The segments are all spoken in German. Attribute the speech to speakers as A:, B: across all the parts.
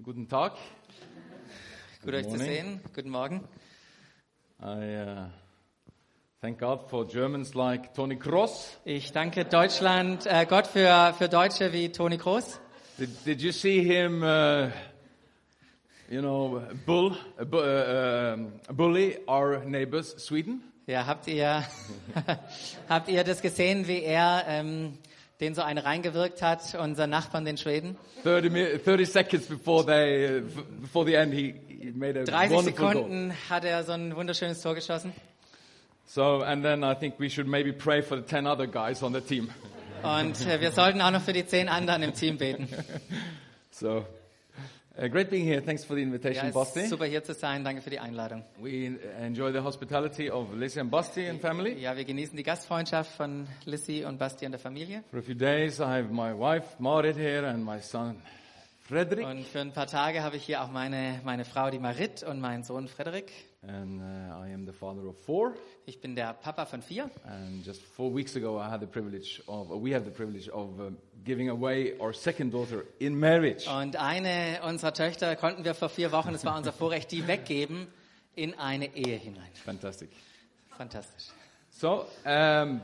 A: Guten Tag.
B: Good
A: Good
B: euch zu
A: morning.
B: sehen. Guten Morgen.
A: I uh, thank God for Germans like Tony Cross.
B: Ich danke Deutschland, äh, Gott für, für Deutsche wie Toni Kroos.
A: Did, did you see him, uh, you know, bull, uh, bu- uh, um, bully our neighbors, Sweden?
B: Ja, habt ihr, habt ihr das gesehen, wie er ähm, den so einen reingewirkt hat, unseren Nachbarn, den Schweden?
A: 30, mi- 30 seconds before, they, uh, f- before the end, he, he made a
B: 30
A: wonderful goal.
B: Sekunden hat er so ein wunderschönes Tor geschossen.
A: So, and then I think we should maybe pray for the 10 other guys on the team.
B: Und äh, wir sollten auch noch für die zehn anderen im Team beten.
A: So, uh, great being here. Thanks for the
B: Ja,
A: invitation,
B: es
A: Basti.
B: ist super hier zu sein. Danke für die Einladung.
A: We enjoy the hospitality of Lizzie and Basti and family.
B: Ja, wir genießen die Gastfreundschaft von Lissy und Basti und der Familie.
A: For a few days, I have my wife Marit here and my son Frederick,
B: Und für ein paar Tage habe ich hier auch meine, meine Frau, die Marit, und meinen Sohn Frederik.
A: and uh, I am the father of four.
B: Ich bin der Papa von vier.
A: And just four weeks ago, I had the privilege of, or we had the privilege of um, giving away our second daughter in marriage.
B: Und eine unserer Töchter konnten wir vor vier Wochen, das war unser Vorrecht, die weggeben in eine Ehe hinein.
A: Fantastic.
B: Fantastisch.
A: So, um,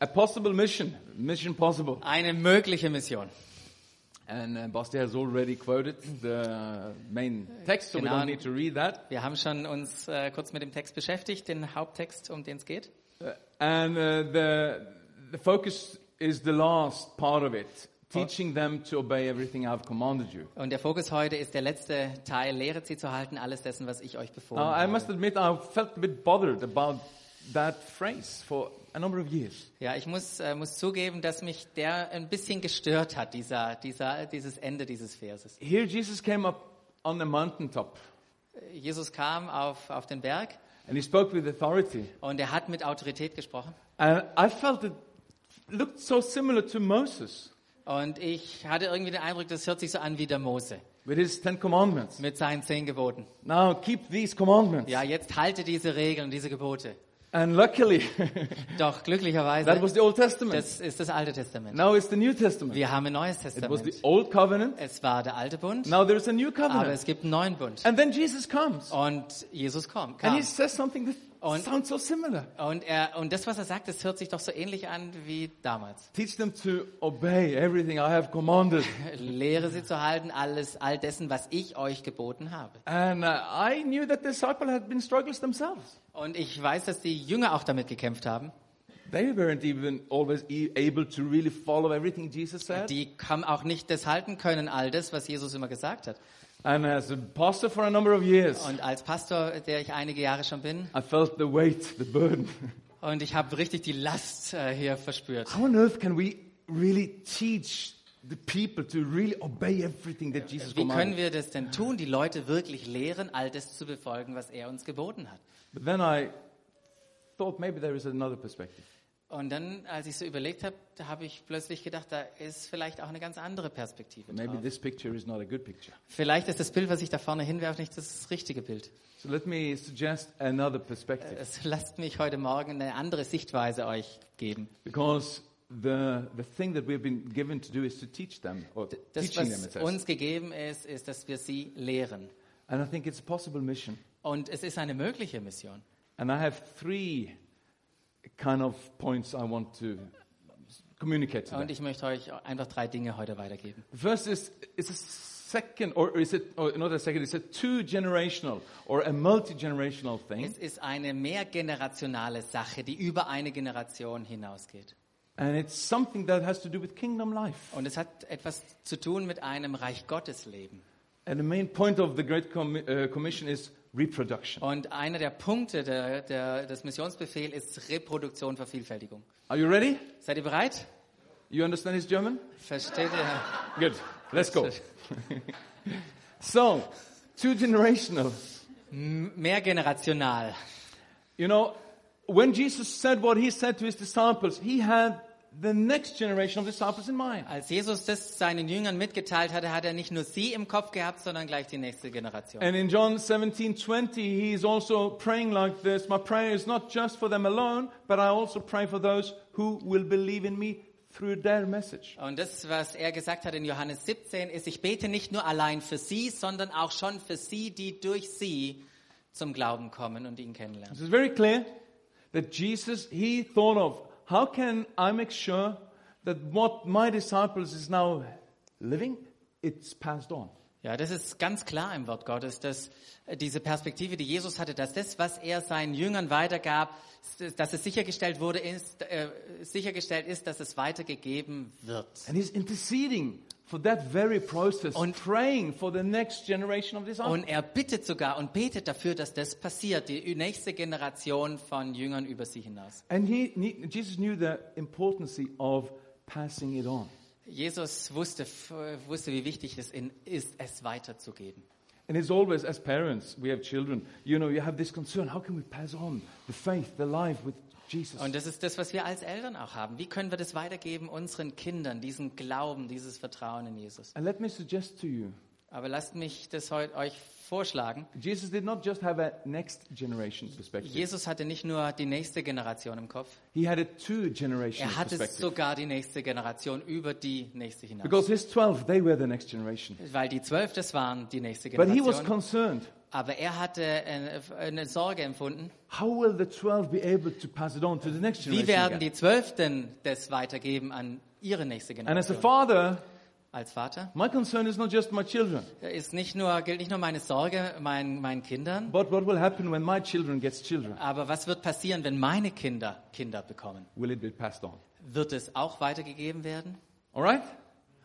A: a possible mission, mission possible.
B: Eine mögliche Mission.
A: And uh, Basti has already quoted the main text, so we
B: Genau.
A: don't need to read that.
B: Wir haben schon uns äh, kurz mit dem Text beschäftigt, den Haupttext, um den es geht.
A: Uh, and uh, the the focus is the last part of it teaching them to obey everything i've commanded you
B: Und der Fokus heute ist der letzte Teil, Lehret sie zu halten, alles dessen, was ich euch befohlen
A: now i
B: habe.
A: must admit i felt a bit bothered about that phrase for a number of years
B: Ja, ich muss, äh, muss zugeben, dass mich der ein bisschen gestört hat, dieser, dieser, dieses Ende dieses Verses.
A: here jesus came up on a mountaintop
B: Jesus kam auf, auf den Berg
A: and he spoke with authority
B: und er hat mit Autorität gesprochen.
A: and i felt it looked so similar to moses
B: Und ich hatte irgendwie den Eindruck, das hört sich so an wie der Mose
A: with his ten commandments
B: mit seinen zehn Geboten.
A: now keep these commandments
B: Ja, jetzt halte diese Regeln, diese Gebote.
A: and luckily
B: Doch,
A: that was
B: glücklicherweise,
A: the old testament
B: das ist das Alte Testament.
A: now it's the new testament
B: Wir haben ein neues
A: it was the
B: Testament.
A: old covenant
B: Es war der alte Bund,
A: Now there's a new
B: aber
A: covenant.
B: es gibt einen neuen Bund.
A: And then Jesus
B: Oh,
A: comes.
B: Und Jesus kommt,
A: And
B: kam.
A: he says something that
B: Und-
A: sounds so similar.
B: Und, er, und das, was er sagt, das hört sich doch so ähnlich an wie damals.
A: Teach them to obey everything I have commanded.
B: Lehre sie zu halten, alles, all dessen, was ich euch geboten habe.
A: And uh, I knew that the disciple had been struggles themselves.
B: Und ich weiß, dass die Jünger auch damit gekämpft haben.
A: They weren't even always e- able to really follow everything Jesus said.
B: Die haben auch nicht das halten können, all das, was Jesus immer gesagt hat.
A: And as a pastor for a number of years,
B: Und als Pastor, der ich einige Jahre schon bin,
A: I felt the weight, the burden.
B: und ich habe richtig die Last äh, hier verspürt.
A: How on earth can we really teach the people to really obey everything that Jesus
B: Wie können
A: commanded?
B: wir das denn tun, die Leute wirklich lehren, all das zu befolgen, was er uns geboten hat?
A: But then I thought maybe there is another perspective.
B: Und dann, als ich so überlegt habe, da habe ich plötzlich gedacht, da ist vielleicht auch eine ganz andere Perspektive
A: Maybe
B: drauf.
A: this picture is not a good picture.
B: Vielleicht ist das Bild, was ich da vorne hinwerfe, nicht das richtige Bild.
A: So let me suggest another perspective
B: Es lasst mich heute Morgen eine andere Sichtweise euch geben.
A: because the the thing that we've been given to do is to teach them or
B: Das,
A: teaching them it
B: was
A: says.
B: uns gegeben ist, ist, dass wir sie lehren.
A: and I think it's a possible mission.
B: Und es ist eine mögliche Mission.
A: And I have three kind of points I want to communicate to them.
B: Und ich möchte euch einfach drei Dinge heute weitergeben.
A: The first is is a second or is it or not a second? It's a two generational or a multi generational thing,
B: Es ist eine mehrgenerationale Sache, die über eine Generation hinausgeht.
A: and it's something that has to do with kingdom life.
B: Und es hat etwas zu tun mit einem Reich Gottes Leben.
A: And the main point of the Great Commi- uh, Commission is reproduction.
B: Und einer der Punkte der, der, des Missionsbefehls ist Reproduktion, Vervielfältigung.
A: Are you ready?
B: Seid ihr bereit?
A: You understand his German?
B: Versteht ihr?
A: Good. Let's go. so, two generational.
B: Mehrgenerational.
A: You know, when Jesus said what he said to his disciples, he had the next generation of disciples in mind.
B: Als Jesus das seinen Jüngern mitgeteilt hatte, hat er nicht nur sie im Kopf gehabt, sondern gleich die nächste Generation.
A: And in John 17, 20, he is also praying like this. My prayer is not just for them alone, but I also pray for those who will believe in me through their message.
B: Und das, was er gesagt hat in Johannes 17, ist, ich bete nicht nur allein für sie, sondern auch schon für sie, die durch sie zum Glauben kommen und ihn kennenlernen.
A: This is very clear that Jesus, he thought of, how can I make sure that what my disciples is now living, it's passed on.
B: Ja, das ist ganz klar im Wort Gottes, dass äh, diese Perspektive, die Jesus hatte, dass das, was er seinen Jüngern weitergab, s- dass es sichergestellt wurde, ist, äh, sichergestellt ist, dass es weitergegeben wird.
A: And he's interceding for that very process
B: Und-
A: and praying for the next generation of disciples.
B: Und er bittet sogar und betet dafür, dass das passiert, die nächste Generation von Jüngern über sie hinaus.
A: And he, ne- Jesus knew the importance of passing it on.
B: Jesus wusste, f- wusste wie wichtig es in- ist, es weiterzugeben.
A: And it's always, as parents, we have children, you know, you have this concern how can we pass on the faith, the life with Jesus?
B: Und das ist das, was wir als Eltern auch haben. Wie können wir das weitergeben unseren Kindern, diesen Glauben, dieses Vertrauen in Jesus?
A: And let me suggest to you
B: Aber lasst mich das heute euch vorschlagen.
A: Jesus did not just have a next generation perspective,
B: Jesus hatte nicht nur die nächste Generation im Kopf,
A: he had a two generation
B: er hatte
A: perspective.
B: sogar die nächste Generation über die nächste hinaus.
A: because his 12, they were the next generation.
B: Weil die Zwölf, das waren die nächste
A: But he was
B: Generation.
A: concerned
B: Aber er hatte äh, eine Sorge empfunden.
A: how will the 12 be able to pass it on to the next
B: Wie
A: generation?
B: werden
A: again?
B: die Zwölf denn das weitergeben an ihre nächste
A: And as a
B: Generation?
A: father,
B: Als Vater
A: my concern is not just my children,
B: ist nicht nur, gilt nicht nur meine Sorge meinen, meinen Kindern,
A: but what will happen when my children gets children?
B: aber was wird passieren, wenn meine Kinder Kinder bekommen?
A: Will it be passed on?
B: Wird es auch weitergegeben werden?
A: All right?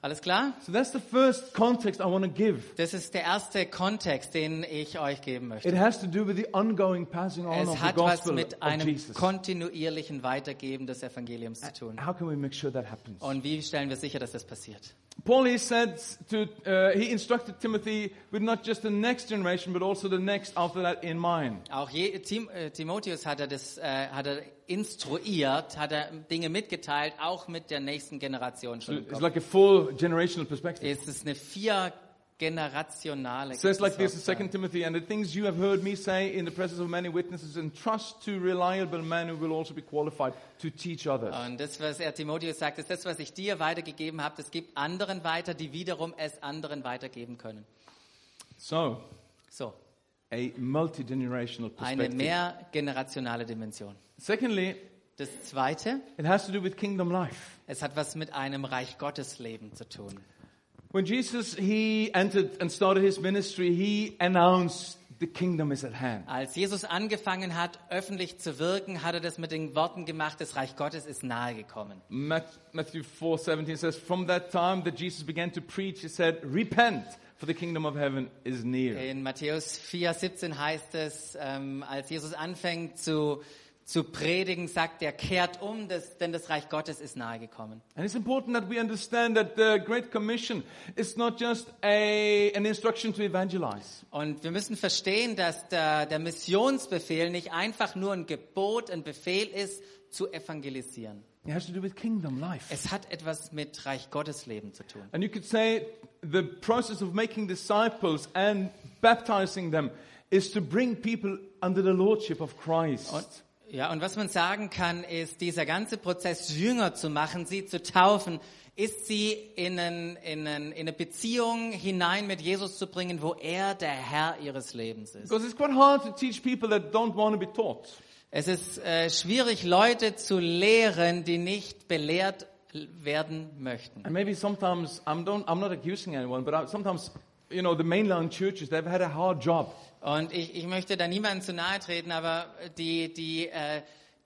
B: Alles klar?
A: So that's the first context I want to give.
B: Das ist der erste Kontext, den ich euch geben
A: It
B: möchte.
A: has to do with the ongoing passing on
B: Es
A: of the
B: hat was
A: gospel
B: mit
A: of
B: einem
A: Jesus.
B: kontinuierlichen Weitergeben des Evangeliums zu tun.
A: How can we make sure that happens?
B: Und wie stellen wir sicher, dass das passiert?
A: Paul he said to uh, he instructed Timothy with not just the next generation but also the next after that in mind.
B: Auch je, Tim, äh, Timotheus hat er das, äh, hat er instruiert, hat er Dinge mitgeteilt, auch mit der nächsten Generation schon. im
A: It's
B: Kopf.
A: like a full generational perspective.
B: Es ist eine viergenerationale.
A: It says like this in
B: Gesellschaft.
A: 2 Timothy, and the things you have heard me say in the presence of many witnesses, entrust to reliable men who will also be qualified to teach others.
B: Und das, was er Timotheus sagt, ist das, was ich dir weitergegeben habe, das gibt anderen weiter, die wiederum es anderen weitergeben können.
A: So,
B: So,
A: a multi-generational
B: eine
A: perspective.
B: mehrgenerationale Dimension.
A: Secondly,
B: Das Zweite,
A: it has to do with kingdom life.
B: es hat was mit einem Reich Gottes Leben zu tun.
A: When Jesus he entered and started his ministry, he announced the kingdom is at hand.
B: Als Jesus angefangen hat, öffentlich zu wirken, hat er das mit den Worten gemacht, das Reich Gottes ist nahegekommen.
A: Mat- Matthew 4:17 says, "From that time that Jesus began to preach, he said, "Repent, for the kingdom of heaven is near."
B: In Matthäus 4, 17 heißt es, ähm, als Jesus anfängt zu, zu predigen, sagt er, kehrt um, das, denn das Reich Gottes ist nahegekommen.
A: And it's important that we understand that the Great Commission is not just a, an instruction to evangelize.
B: Und wir müssen verstehen, dass der, der Missionsbefehl nicht einfach nur ein Gebot, ein Befehl ist, zu evangelisieren.
A: It has to do with kingdom life.
B: Es hat etwas mit Reich Gottes Leben zu tun.
A: And you could say the process of making disciples and baptizing them is to bring people under the lordship of Christ.
B: Und, ja, und was man sagen kann, ist, dieser ganze Prozess, Jünger zu machen, sie zu taufen, ist sie in, einen, in, einen, in eine Beziehung hinein mit Jesus zu bringen, wo er der Herr ihres Lebens ist.
A: Because it's quite hard to teach people that don't want to be taught.
B: Es ist äh, schwierig, Leute zu lehren, die nicht belehrt werden möchten.
A: And maybe sometimes I'm don't I'm not accusing anyone, but I, sometimes you know the mainline churches they've had a hard job.
B: Und ich, ich möchte da niemandem zu nahe treten, aber die, die, äh,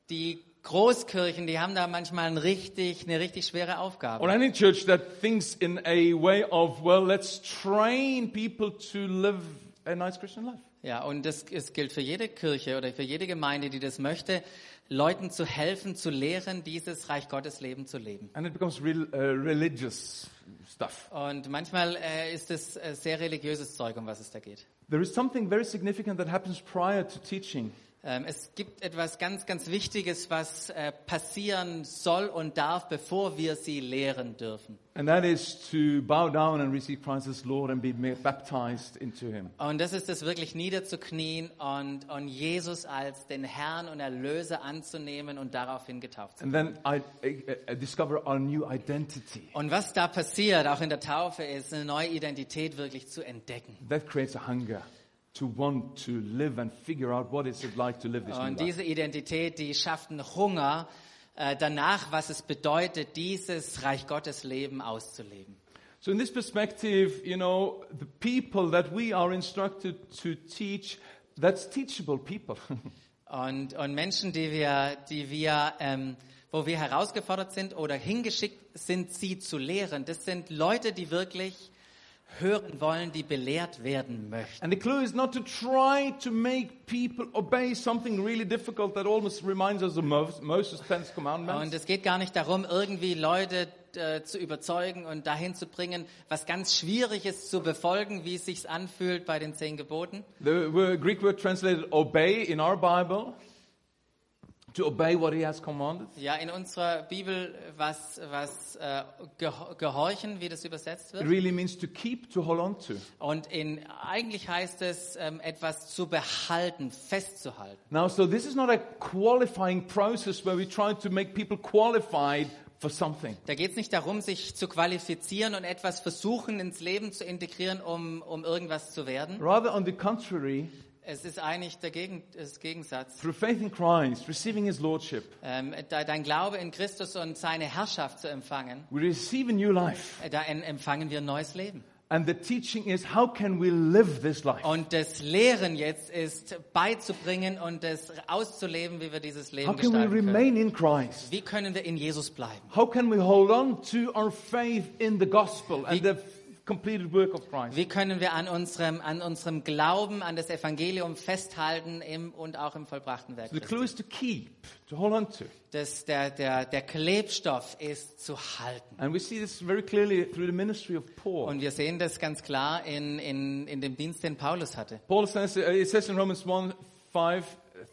B: die Großkirchen, die haben da manchmal ein richtig, eine richtig schwere Aufgabe.
A: Or any church that thinks in a way of well, let's train people to live a nice Christian life.
B: Ja, und das, es gilt für jede Kirche oder für jede Gemeinde, die das möchte, Leuten zu helfen, zu lehren, dieses Reich Gottes Leben zu leben.
A: And it becomes real, uh, religious stuff.
B: Und manchmal äh, ist es äh, sehr religiöses Zeug, um was es da geht.
A: There is something very significant that happens prior to teaching.
B: Äh, Ähm, Es gibt etwas ganz, ganz Wichtiges, was äh, passieren soll und darf, bevor wir sie lehren dürfen.
A: And that is to bow down and receive Christ as Lord and be ma- baptized into Him.
B: Und das ist es wirklich niederzuknien und, und Jesus als den Herrn und Erlöser anzunehmen und daraufhin getauft zu werden.
A: And then I, I, I discover our new identity.
B: Und was da passiert, auch in der Taufe, ist eine neue Identität wirklich zu entdecken.
A: That creates a hunger to want to live and figure out what is it like to live this new
B: Und
A: life.
B: diese Identität, die schafft einen Hunger äh, danach, was es bedeutet, dieses Reich Gottes Leben auszuleben.
A: So, in this perspective, you know, the people that we are instructed to teach, that's teachable people.
B: Und, und Menschen, die wir, die wir, ähm, wo wir herausgefordert sind oder hingeschickt sind, sie zu lehren, das sind Leute, die wirklich hören wollen, die belehrt werden möchten.
A: and the clue is not to try to make people obey something really difficult that almost reminds us of Mos- Moses' 10th
B: Und
A: commandment.
B: es geht gar nicht darum, irgendwie Leute äh, zu überzeugen und dahin zu bringen, was ganz schwierig ist zu befolgen, wie es sich anfühlt bei den zehn Geboten.
A: The word- Greek word translated obey in our Bible, to obey what he has commanded.
B: Ja, in unserer Bibel, was, was äh, geho- gehorchen, wie das übersetzt
A: It
B: wird.
A: really means to keep, to hold on to.
B: Und in, eigentlich heißt es, ähm, etwas zu behalten, festzuhalten.
A: Now, so this is not a qualifying process where we try to make people qualified for something.
B: Da geht es nicht darum, sich zu qualifizieren und etwas versuchen, ins Leben zu integrieren, um, um irgendwas zu werden.
A: Rather, on the contrary,
B: Es ist eigentlich der Gegen, das Gegensatz.
A: through faith in Christ, receiving his lordship,
B: Ähm, da, dein Glaube in Christus und seine Herrschaft zu empfangen,
A: we receive a new life.
B: äh, da en, empfangen wir ein neues Leben.
A: And the teaching is how can we live this life?
B: Und das Lehren jetzt ist beizubringen und das auszuleben, wie wir dieses
A: How
B: Leben
A: can we
B: gestalten können.
A: remain in Christ?
B: Wie können wir in Jesus bleiben?
A: How can we hold on to our faith in the gospel and the f- completed work of Christ?
B: Wie können wir an unserem, an unserem Glauben, an das Evangelium festhalten im, und auch im vollbrachten Werk?
A: The
B: Christi?
A: clue is to keep, to hold on to.
B: Das, der, der, der Klebstoff ist zu halten.
A: And we see this very clearly through the ministry of Paul.
B: Und wir sehen das ganz klar in, in, in dem Dienst, den Paulus hatte.
A: Paul says, uh, it says in Romans 1 5,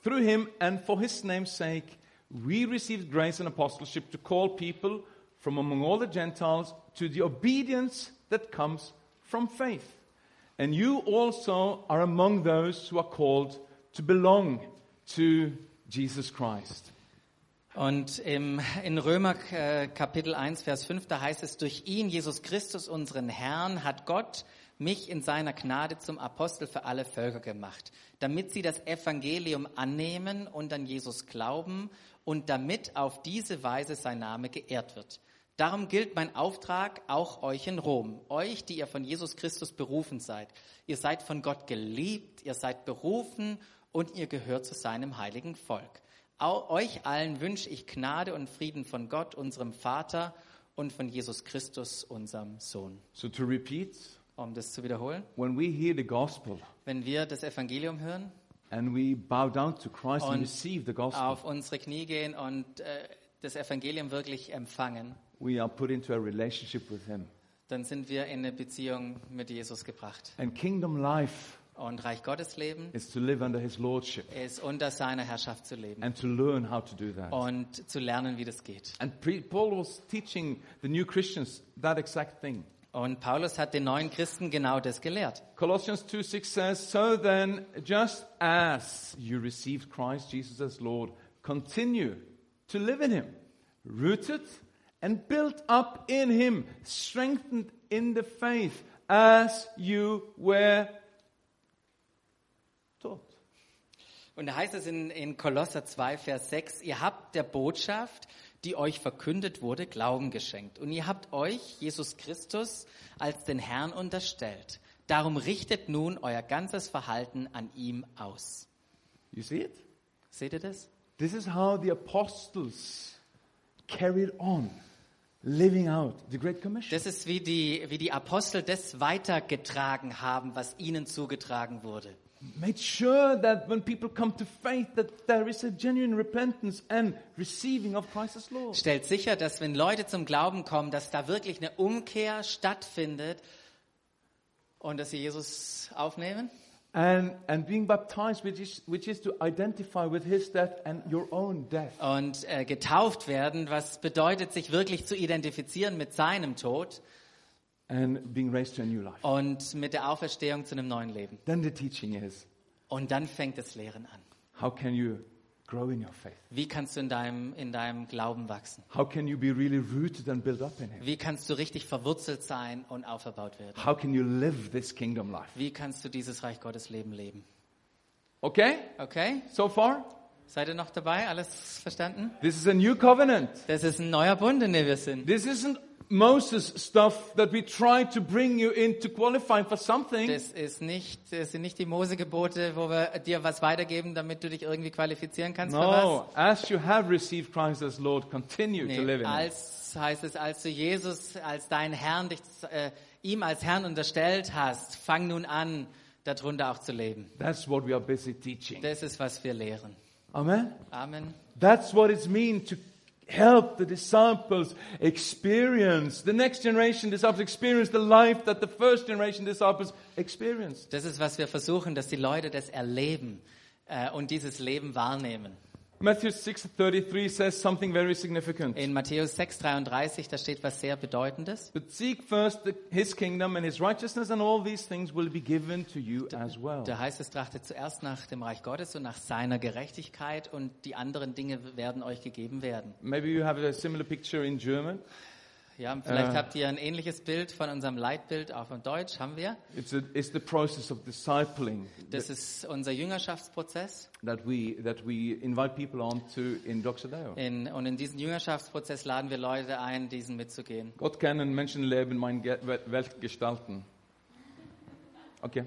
A: through him and for his name's sake, we received grace and apostleship to call people from among all the Gentiles to the obedience that comes from faith. And you also are among those who are called to belong to Jesus Christ.
B: Und im, in Römer äh, Kapitel 1, Vers 5, da heißt es, durch ihn, Jesus Christus, unseren Herrn, hat Gott mich in seiner Gnade zum Apostel für alle Völker gemacht, damit sie das Evangelium annehmen und an Jesus glauben und damit auf diese Weise sein Name geehrt wird. Darum gilt mein Auftrag auch euch in Rom, euch, die ihr von Jesus Christus berufen seid. Ihr seid von Gott geliebt, ihr seid berufen und ihr gehört zu seinem heiligen Volk. Au euch allen wünsche ich Gnade und Frieden von Gott, unserem Vater, und von Jesus Christus, unserem Sohn.
A: So to repeat,
B: Um das zu wiederholen,
A: when we hear the gospel
B: wenn wir das Evangelium hören,
A: and we bow down to Christ and
B: Und
A: receive the gospel,
B: auf unsere Knie gehen und äh, das Evangelium wirklich empfangen,
A: we are put into a relationship with him.
B: dann sind wir in eine Beziehung mit Jesus gebracht.
A: And kingdom life
B: Und Reich Gottes leben
A: is to live under his lordship
B: ist unter seiner Herrschaft zu leben
A: and to learn how to do that.
B: und zu lernen, wie das geht.
A: Oh. And pre- Paul was teaching the new Christians that exact thing.
B: Und Paulus hat den neuen Christen genau das gelehrt.
A: Colossians 2:6 says, "So then, just as you received Christ Jesus as Lord, continue to live in him, rooted and built up in him, strengthened in the faith as you were taught."
B: Und da heißt es in, in Kolosser 2, Vers 6, ihr habt der Botschaft, die euch verkündet wurde, Glauben geschenkt. Und ihr habt euch, Jesus Christus, als den Herrn unterstellt. Darum richtet nun euer ganzes Verhalten an ihm aus.
A: You see it?
B: Seht ihr das?
A: This is how the apostles carried on living out the Great Commission.
B: Das ist wie die, wie die Apostel das weitergetragen haben, was ihnen zugetragen wurde.
A: Made sure that when people come to faith that there is a genuine repentance and receiving of Christ as Lord.
B: Stellt sicher, dass wenn Leute zum Glauben kommen, dass da wirklich eine Umkehr stattfindet und dass sie Jesus aufnehmen.
A: and, and being baptized, which is, which is to identify with his death and your own death.
B: und äh, getauft werden, was bedeutet, sich wirklich zu identifizieren mit seinem Tod
A: and being raised to a new life.
B: und mit der Auferstehung zu einem neuen Leben.
A: Then the teaching is
B: Und dann fängt das Lehren an.
A: how can you grow in your faith?
B: Wie kannst du in deinem, in deinem Glauben wachsen?
A: How can you be really rooted and built up in Him?
B: Wie kannst du richtig verwurzelt sein und auferbaut werden?
A: How can you live this kingdom life?
B: Wie kannst du dieses Reich Gottes Leben leben?
A: Okay,
B: Okay?
A: so far,
B: Seid ihr noch dabei? Alles verstanden?
A: this is a new covenant.
B: Das ist ein neuer Bund, in dem wir sind.
A: This isn't Moses stuff that we try to bring you in to qualify for something.
B: Das ist nicht, das sind nicht die Mosegebote, wo wir dir was weitergeben, damit du dich irgendwie qualifizieren kannst für was.
A: No, as you have received Christ as Lord, continue to live
B: Nee,
A: in Him.
B: als heißt es, als du Jesus als deinen Herrn, dich äh, ihm als Herrn unterstellt hast, fang nun an, darunter auch zu leben.
A: That's what we are busy teaching.
B: Das ist, was wir lehren.
A: Amen.
B: Amen.
A: That's what it's mean to help the disciples experience, the next generation disciples experience the life that the first generation disciples experienced.
B: Das ist, was wir versuchen, dass die Leute das erleben äh, und dieses Leben wahrnehmen.
A: Matthew 6:33 says something very significant.
B: In Matthäus 6,33, da steht was sehr Bedeutendes.
A: But seek first the, his kingdom and his righteousness and all these things will be given to you as well.
B: Da heißt es, trachtet zuerst nach dem Reich Gottes und nach seiner Gerechtigkeit und die anderen Dinge werden euch gegeben werden.
A: Maybe you have a similar picture in German.
B: Ja, vielleicht
A: Äh.
B: habt ihr ein ähnliches Bild von unserem Leitbild, auch von Deutsch haben wir.
A: It's, a, it's the process of discipling
B: Das ist unser Jüngerschaftsprozess.
A: that we, that we invite people onto in Doxodeo.
B: In, und in diesen Jüngerschaftsprozess laden wir Leute ein, diesen mitzugehen.
A: Gott kann ein Menschenleben mein Ge- Wel- Welt gestalten. Okay.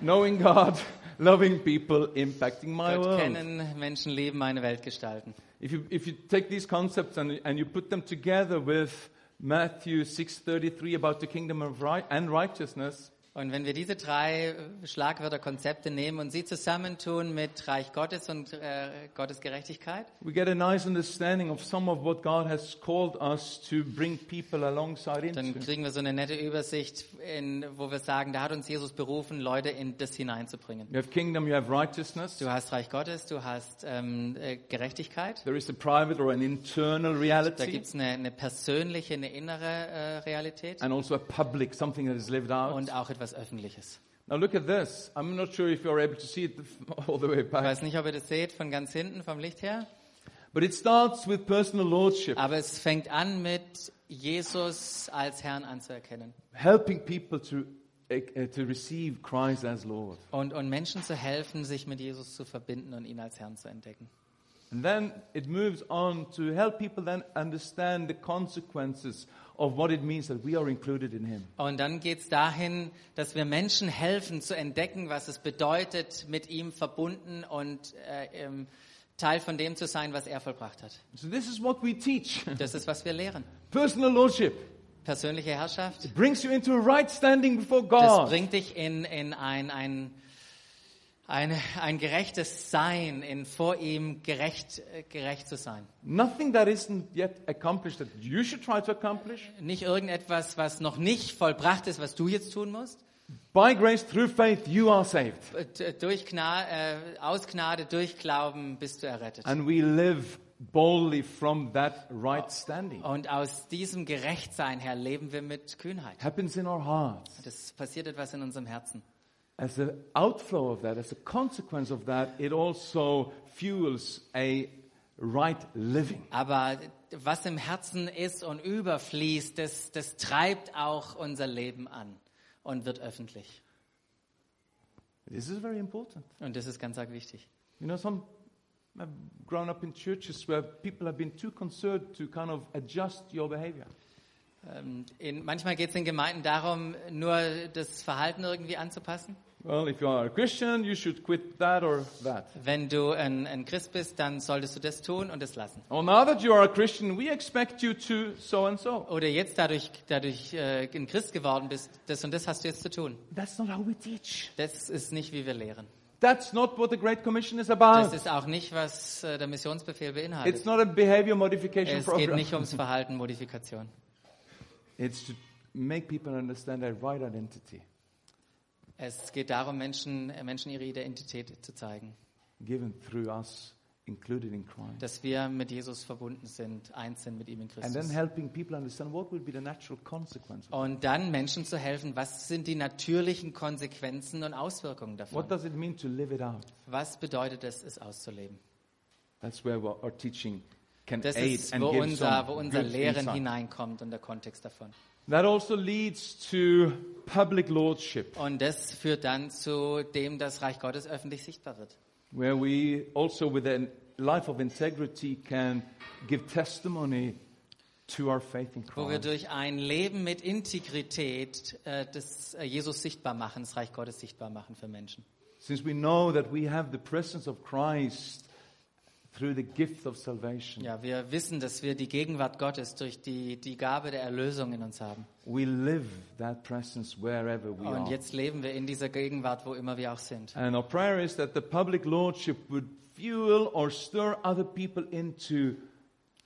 A: Knowing God, loving people, impacting my
B: Gott
A: world.
B: kennen, Menschen leben, meine Welt gestalten.
A: If you, if you take these concepts and, and you put them together with Matthew 6.33 about the kingdom of right and righteousness,
B: Und wenn wir diese drei äh, Schlagwörter, Konzepte nehmen und sie zusammentun mit Reich Gottes und äh, Gottes Gerechtigkeit,
A: we get a nice understanding of some of what God has called us to bring people alongside
B: dann
A: into.
B: kriegen wir so eine nette Übersicht, in, wo wir sagen, da hat uns Jesus berufen, Leute in das hineinzubringen.
A: You have kingdom, you have righteousness.
B: Du hast Reich Gottes, du hast ähm, äh, Gerechtigkeit.
A: There is a private or an internal
B: Da
A: reality
B: gibt's eine, eine persönliche, eine innere äh, Realität.
A: and also a public, something that is lived out.
B: und auch etwas Öffentliches.
A: Now look at this. I'm not sure if you're able to see it all the way
B: Ich
A: back.
B: weiß nicht, ob ihr das seht von ganz hinten vom Licht her,
A: But it starts with personal lordship,
B: aber es fängt an mit Jesus als Herrn anzuerkennen
A: helping people to, eh, eh, to receive Christ as Lord.
B: und, und Menschen zu helfen, sich mit Jesus zu verbinden und ihn als Herrn zu entdecken.
A: And then it moves on to help people then understand the consequences of what it means that we are included in Him.
B: Und dann geht es dahin, dass wir Menschen helfen zu entdecken, was es bedeutet, mit ihm verbunden und äh, ähm, Teil von dem zu sein, was er vollbracht hat.
A: So this is what we teach.
B: Das ist, was wir lehren.
A: Personal lordship
B: Persönliche Herrschaft,
A: brings you into a right standing before
B: Das
A: God.
B: bringt dich in, in ein, ein, ein, ein gerechtes Sein, in vor ihm gerecht, äh, gerecht zu sein.
A: Nothing that isn't yet accomplished that you should try to accomplish
B: Nicht irgendetwas, was noch nicht vollbracht ist, was du jetzt tun musst.
A: by grace through faith you are saved.
B: Äh, d- Durch Gna äh, aus Gnade, durch Glauben bist du errettet.
A: And we live boldly from that right standing.
B: Und aus diesem Gerechtsein her leben wir mit Kühnheit.
A: Happens in our hearts.
B: Das passiert etwas in unserem Herzen.
A: As an outflow of that, as a consequence of that, it also fuels a right living.
B: Aber was im Herzen ist und überfließt, das, das treibt auch unser Leben an und wird öffentlich.
A: This is very important.
B: Und das ist ganz arg wichtig.
A: You know, some I've grown up in churches where people have been too concerned to kind of adjust your behavior.
B: Ähm, in, manchmal geht es in Gemeinden darum, nur das Verhalten irgendwie anzupassen.
A: Well, if you are a Christian, you should quit that or that.
B: Wenn du ein, ein Christ bist, dann solltest du das tun und das lassen.
A: Or Oh, now that you are a Christian, we expect you to so and so.
B: Oder jetzt dadurch, dadurch äh, ein Christ geworden bist, das und das hast du jetzt zu tun.
A: That's not how we teach.
B: Das ist nicht, wie wir lehren.
A: That's not what the Great Commission is about.
B: Das ist auch nicht, was äh, der Missionsbefehl
A: It's
B: beinhaltet.
A: not a behavior modification
B: Es geht
A: program.
B: nicht ums Verhalten, Modifikation.
A: It's to make people understand their right identity.
B: Es geht darum, Menschen, Menschen ihre Identität zu zeigen,
A: given through us, included in Christ.
B: dass wir mit Jesus verbunden sind, eins sind mit ihm in
A: And then
B: Christus.
A: helping people understand what will be the natural consequence. of-
B: Und dann Menschen zu helfen, was sind die natürlichen Konsequenzen und Auswirkungen
A: What
B: davon?
A: does it mean to live it out?
B: Was bedeutet es, es auszuleben?
A: That's where our our teaching can
B: Das
A: aid
B: ist,
A: and
B: wo
A: give
B: unser,
A: some
B: wo unser
A: good
B: Lehren
A: insight.
B: hineinkommt und der Kontext davon.
A: That also leads to public lordship,
B: Und das führt dann zu dem, dass Reich Gottes öffentlich sichtbar wird.
A: where we also, with a life of integrity, can give testimony to our faith in
B: Wo wir
A: Christ.
B: durch ein Leben mit Integrität äh, das äh, Jesus sichtbar machen, das Reich Gottes sichtbar machen für Menschen.
A: Since we know that we have the presence of Christ through the gift of salvation,
B: Ja, wir wissen, dass wir die Gegenwart Gottes durch die, die Gabe der Erlösung in uns haben.
A: we live that presence wherever we
B: Und
A: are.
B: jetzt leben wir in dieser Gegenwart, wo immer wir auch sind.
A: And our prayer is that the public lordship would fuel or stir other people into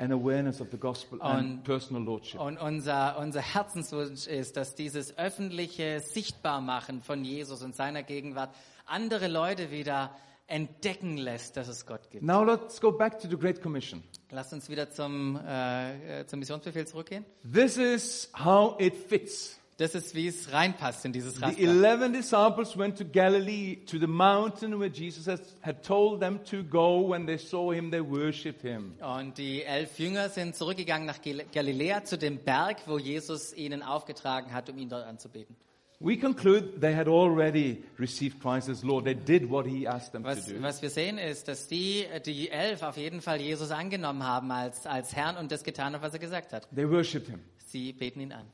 A: an awareness of the gospel and
B: On-
A: personal lordship.
B: Und unser, unser Herzenswunsch ist, dass dieses öffentliche Sichtbarmachen von Jesus und seiner Gegenwart andere Leute wieder entdecken lässt, dass es Gott gibt.
A: Now let's go back to the Great Commission.
B: Lasst uns wieder zum, äh, äh, zum Missionsbefehl zurückgehen.
A: This is how it fits.
B: Das ist, wie es reinpasst in dieses
A: The
B: Raster.
A: 11 disciples went to Galilee, to the mountain where Jesus has- had told them to go. When they saw him, they worshipped him.
B: Und die elf Jünger sind zurückgegangen nach Gal- Galiläa zu dem Berg, wo Jesus ihnen aufgetragen hat, um ihn dort anzubeten.
A: We conclude they had already received Christ as Lord. They did what he asked them to
B: Was,
A: do.
B: was wir sehen ist, dass die, die elf auf jeden Fall Jesus angenommen haben als, als Herrn und das getan haben, was er gesagt hat.
A: They worshipped him.
B: Sie beten ihn an.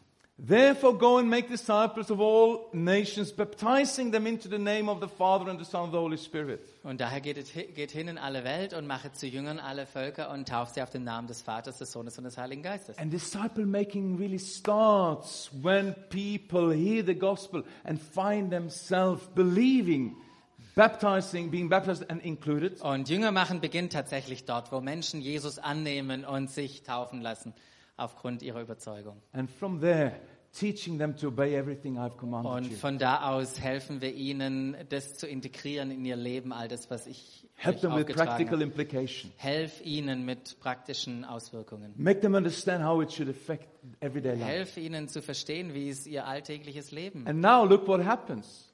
A: Therefore, go and make disciples of all nations, baptizing them into the name of the Father and the Son and the Holy Spirit.
B: Und daher geht, es hi- geht hin in alle Welt und mache zu Jüngern alle Völker und tauft sie auf den Namen des Vaters, des Sohnes und des Heiligen Geistes.
A: And disciple making really starts when people hear the gospel and find themselves believing, baptizing, being baptized and included.
B: Und Jünger machen beginnt tatsächlich dort, wo Menschen Jesus annehmen und sich taufen lassen, aufgrund ihrer Überzeugung.
A: And from there, teaching them to obey everything I've commanded
B: Und
A: you.
B: von da aus helfen wir ihnen, das zu integrieren in ihr Leben, all das, was ich
A: Help
B: euch
A: them with
B: aufgetragen
A: practical
B: habe.
A: implication.
B: Helf ihnen mit praktischen Auswirkungen.
A: Make them understand how it should affect everyday life.
B: Helf ihnen zu verstehen, wie es ihr alltägliches Leben.
A: And now look what happens.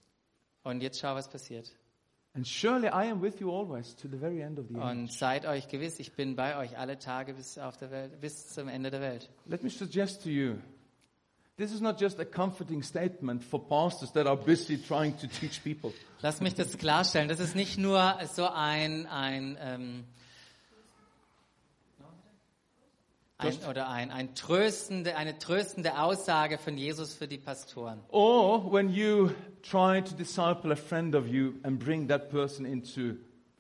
B: Und jetzt schau, was passiert.
A: And surely I am with you always to the very end of the age.
B: Und seid euch gewiss, ich bin bei euch alle Tage bis auf der Welt, bis zum Ende der Welt.
A: Let me suggest to you this is not just a comforting statement for pastors that are busy trying to teach people.
B: Lass mich das klarstellen. Das ist nicht nur so ein, ein, ähm, ein oder ein, ein tröstende, eine tröstende Aussage von Jesus für die Pastoren.
A: Or when you try to disciple a friend of you and bring that person into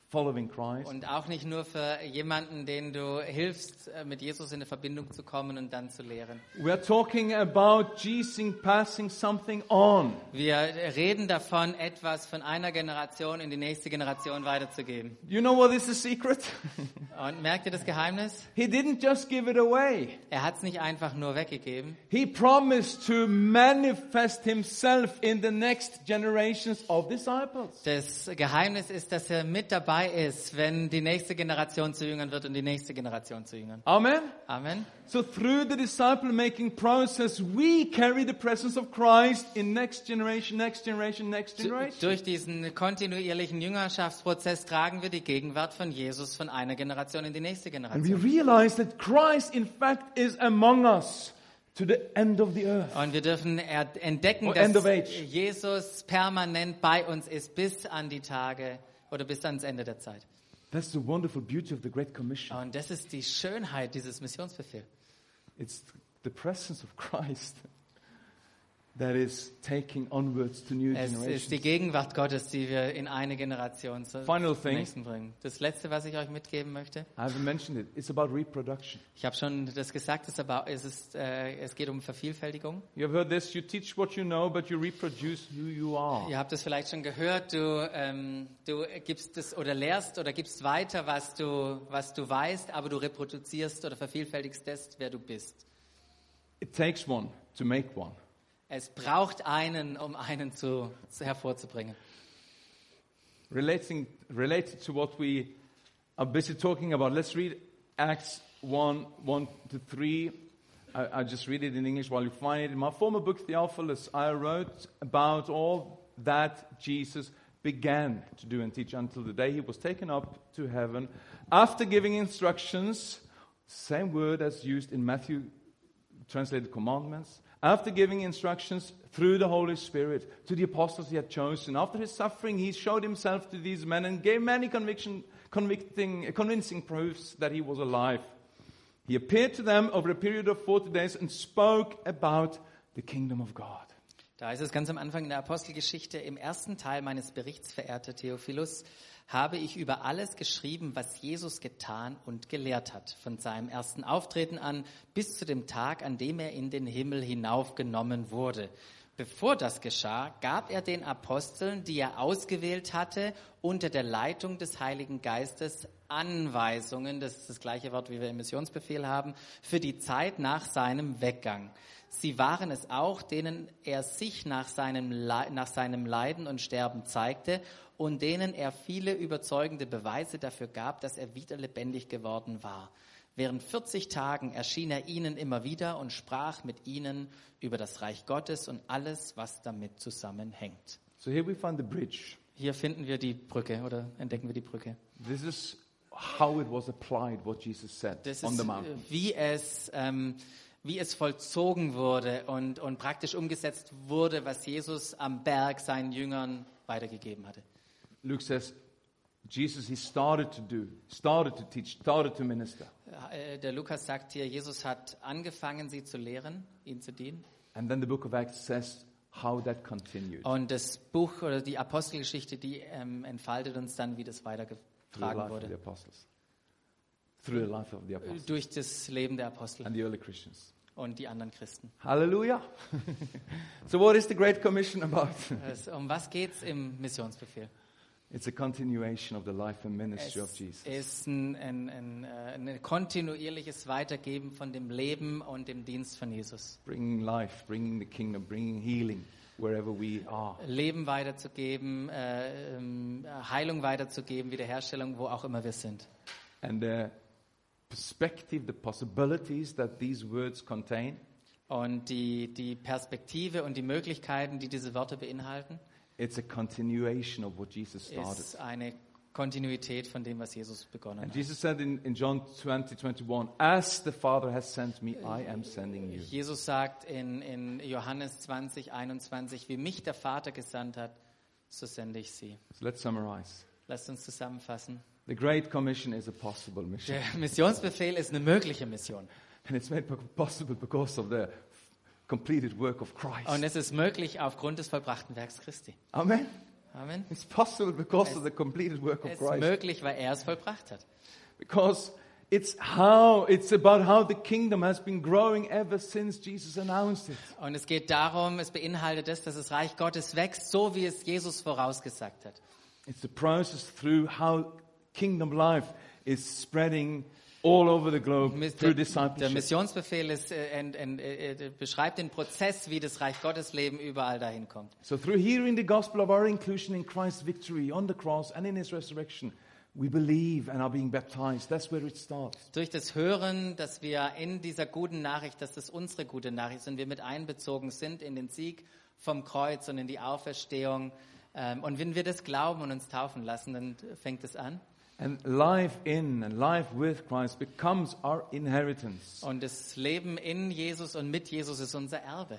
A: following Christ.
B: Und auch nicht nur für jemanden, den du hilfst, äh, mit Jesus in eine Verbindung zu kommen und dann zu lehren.
A: We are talking about Jesus passing something on.
B: Wir reden davon, etwas von einer Generation in die nächste Generation weiterzugeben.
A: You know what is the secret?
B: Und merkt ihr das Geheimnis?
A: he didn't just give it away.
B: Er hat es nicht einfach nur weggegeben.
A: He promised to manifest himself in the next generations of disciples.
B: Das Geheimnis ist, dass er mit dabei ist, wenn die nächste Generation zu Jüngern wird und die nächste Generation zu Jüngern.
A: Amen.
B: Amen.
A: So through the disciple making process, we carry the presence of Christ in next generation, next generation, next generation.
B: Durch diesen kontinuierlichen Jüngerschaftsprozess tragen wir die Gegenwart von Jesus von einer Generation in die nächste
A: And we
B: Generation.
A: realize that Christ, in fact, is among us to the end of the earth.
B: Und wir dürfen er- entdecken,
A: Oh, end of
B: dass
A: age.
B: Jesus permanent bei uns ist bis an die Tage oder bis ans Ende der Zeit.
A: That's the wonderful beauty of the Great Commission.
B: Und das ist die Schönheit dieses Missionsbefehls.
A: It's the presence of Christ that is taking onwards to new
B: Es ist die
A: generations.
B: Gegenwart Gottes, die wir in eine Generation zur
A: Final
B: zur
A: thing.
B: nächsten bringen. Das letzte, was ich euch mitgeben möchte,
A: I haven't mentioned it. It's about reproduction.
B: ich habe schon das gesagt, es, ist aber, es, ist, äh, es geht um Vervielfältigung.
A: You have heard this. You teach what you know, but you reproduce who you are.
B: Ihr habt es vielleicht schon gehört, du, ähm, du gibst es oder lehrst oder gibst weiter, was du, was du weißt, aber du reproduzierst oder vervielfältigst das, wer du bist.
A: It takes one to make one.
B: Es braucht einen, um einen zu, zu hervorzubringen.
A: Relating, related to what we are busy talking about, let's read Acts 1 1 to 3. I, I just read it in English while you find it. In my former book, Theophilus, I wrote about all that Jesus began to do and teach until the day he was taken up to heaven after giving instructions, same word as used in Matthew translated commandments, after giving instructions through the Holy Spirit to the apostles he had chosen. After his suffering, he showed himself to these men and gave many conviction, convicting, convincing proofs that he was alive. He appeared to them over a period of 40 days and spoke about the kingdom of God.
B: Da ist es ganz am Anfang in der Apostelgeschichte. Im ersten Teil meines Berichts, verehrter Theophilus, habe ich über alles geschrieben, was Jesus getan und gelehrt hat, von seinem ersten Auftreten an bis zu dem Tag, an dem er in den Himmel hinaufgenommen wurde. Bevor das geschah, gab er den Aposteln, die er ausgewählt hatte, unter der Leitung des Heiligen Geistes Anweisungen, das ist das gleiche Wort, wie wir im Missionsbefehl haben, für die Zeit nach seinem Weggang. Sie waren es auch, denen er sich nach seinem, Le- nach seinem Leiden und Sterben zeigte und denen er viele überzeugende Beweise dafür gab, dass er wieder lebendig geworden war. Während 40 Tagen erschien er ihnen immer wieder und sprach mit ihnen über das Reich Gottes und alles, was damit zusammenhängt.
A: So here we find the bridge.
B: Hier finden wir die Brücke oder entdecken wir die Brücke.
A: This is how it was applied, what Jesus said
B: Das
A: on
B: ist,
A: the mountain.
B: äh, wie es, ähm, wie es vollzogen wurde und, und praktisch umgesetzt wurde, was Jesus am Berg seinen Jüngern weitergegeben hatte.
A: Luke says, Jesus, he started to do, started to teach, started to minister.
B: Äh, Der Lukas sagt hier, Jesus hat angefangen, sie zu lehren, ihnen zu dienen.
A: And then the book of Acts says how that continued
B: Und das Buch oder die Apostelgeschichte, die ähm, entfaltet uns dann, wie das
A: through the
B: weitergetragen
A: life of the
B: wurde.
A: apostles, through the life of the apostles
B: Durch das Leben der Apostel
A: and the early Christians.
B: und die anderen Christen.
A: Hallelujah. so, what is the Great Commission about?
B: Es, um was geht's im Missionsbefehl?
A: it's a continuation of the life and
B: Es
A: ministry of Jesus.
B: ist ein, ein, ein, äh, ein kontinuierliches Weitergeben von dem Leben und dem Dienst von Jesus.
A: Bringing life, bringing the kingdom, bringing healing wherever we are.
B: Leben weiterzugeben, äh, ähm, Heilung weiterzugeben, Wiederherstellung, wo auch immer wir sind.
A: And the perspective, the possibilities that these words contain
B: Und die, die Perspektive und die Möglichkeiten, die diese Worte beinhalten,
A: It's a continuation of what Jesus started.
B: ist eine Kontinuität von dem, was Jesus begonnen
A: And
B: hat.
A: Jesus said in, in John 20, 21, As the Father has sent me, I am sending you.
B: Jesus sagt in, in Johannes 20, 21, wie mich der Vater gesandt hat, so sende ich sie.
A: So let's summarize.
B: Lasst uns zusammenfassen.
A: The Great Commission is a possible mission.
B: Der Missionsbefehl ist eine mögliche Mission.
A: And it's made po- possible because of the completed work of
B: Und
A: Christ.
B: es ist möglich aufgrund des vollbrachten Werks Christi.
A: Amen.
B: Amen.
A: It's possible because
B: Es-
A: of the completed work of
B: Es ist
A: Christ.
B: möglich, weil er es vollbracht hat.
A: Because it's how, it's about how the kingdom has been growing ever since Jesus announced it.
B: Und es geht darum, es beinhaltet es, dass das Reich Gottes wächst, so wie es Jesus vorausgesagt hat.
A: It's the process through how kingdom life is spreading all over the globe
B: Mis-
A: through
B: Der, der
A: discipleship.
B: Missionsbefehl ist, äh, ent- ent- äh, äh, beschreibt den Prozess, wie das Reich Gottes Leben überall dahin kommt.
A: So through hearing the gospel of our inclusion in Christ's victory on the cross and in his resurrection, we believe and are being baptized. That's where it starts.
B: Durch das Hören, dass wir in dieser guten Nachricht, dass das unsere gute Nachricht ist und wir mit einbezogen sind in den Sieg vom Kreuz und in die Auferstehung. Ähm, Und wenn wir das glauben und uns taufen lassen, dann fängt es an.
A: And life in and life with Christ becomes our inheritance,
B: Und das Leben in Jesus und mit Jesus ist unser Erbe.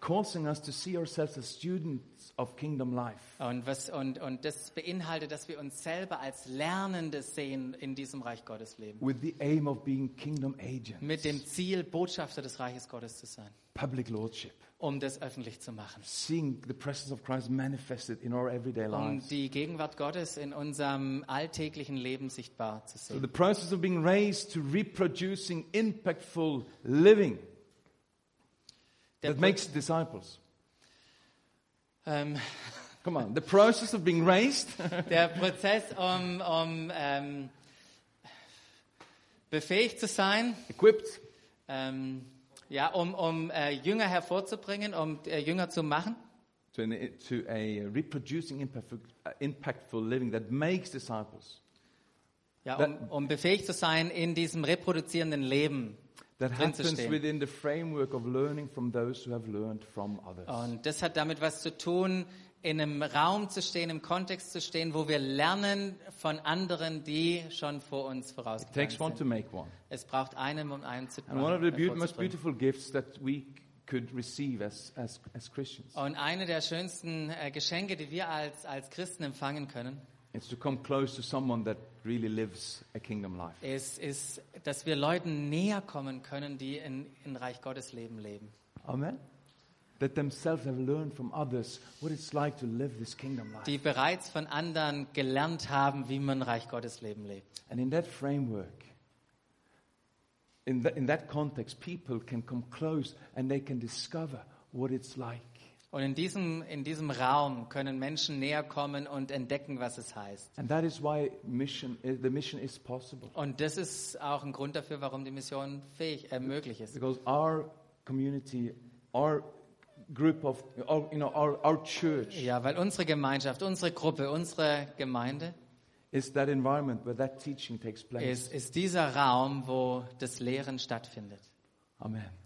A: causing us to see ourselves as students of kingdom life.
B: Und, was, und, und das beinhaltet, dass wir uns selber als Lernende sehen in diesem Reich Gottes Leben.
A: With the aim of being kingdom agents,
B: Mit dem Ziel, Botschafter des Reiches Gottes zu sein,
A: public lordship,
B: um das öffentlich zu machen.
A: seeing the presence of Christ manifested in our everyday lives.
B: Um die Gegenwart Gottes in unserem alltäglichen Leben sichtbar zu
A: So
B: sehen.
A: the process of being raised to reproducing impactful living
B: Der
A: that makes disciples.
B: ähm,
A: Come on, the process of being raised
B: der Prozess, um, um ähm, befähigt zu sein,
A: equipped
B: ähm, ja, um, um äh, Jünger hervorzubringen, um äh, Jünger zu machen,
A: to, an, to a reproducing, imperfect, uh, impactful living that makes disciples,
B: ja, um, um befähigt zu sein, in diesem reproduzierenden Leben
A: that
B: Drin zu
A: happens
B: stehen.
A: within the framework of learning from those who have learned from others.
B: Und das hat damit was zu tun, in einem Raum zu stehen, im Kontext zu stehen, wo wir lernen von anderen, die schon vor uns
A: It
B: vorausgegangen
A: takes one to
B: sind.
A: make one.
B: Es braucht einen, um einen zu
A: And one of the beau-
B: hervorzubringen.
A: most beautiful gifts that we c- could receive as, as, as Christians
B: Und eine der schönsten äh, Geschenke, die wir als, als Christen empfangen können,
A: is to come close to someone that really lives a kingdom life.
B: ist, ist dass wir Leuten näher kommen können, die in, in Reich Gottes Leben leben.
A: Amen. That themselves have learned from others what it's like to live this kingdom life.
B: Die bereits von anderen gelernt haben, wie man Reich Gottes Leben lebt.
A: And in that framework, in, tha- in that context, people can come close and they can discover what it's like.
B: Und in diesem, in diesem Raum können Menschen näher kommen und entdecken, was es heißt.
A: And that is why mission, eh, the mission is possible.
B: Und das ist auch ein Grund dafür, warum die Mission fähig, äh, möglich ist.
A: Because our community, our group of, our, you know, our, our church
B: Ja, weil unsere Gemeinschaft, unsere Gruppe, unsere Gemeinde
A: is that environment where that teaching takes place.
B: ist, ist dieser Raum, wo das Lehren stattfindet.
A: Amen.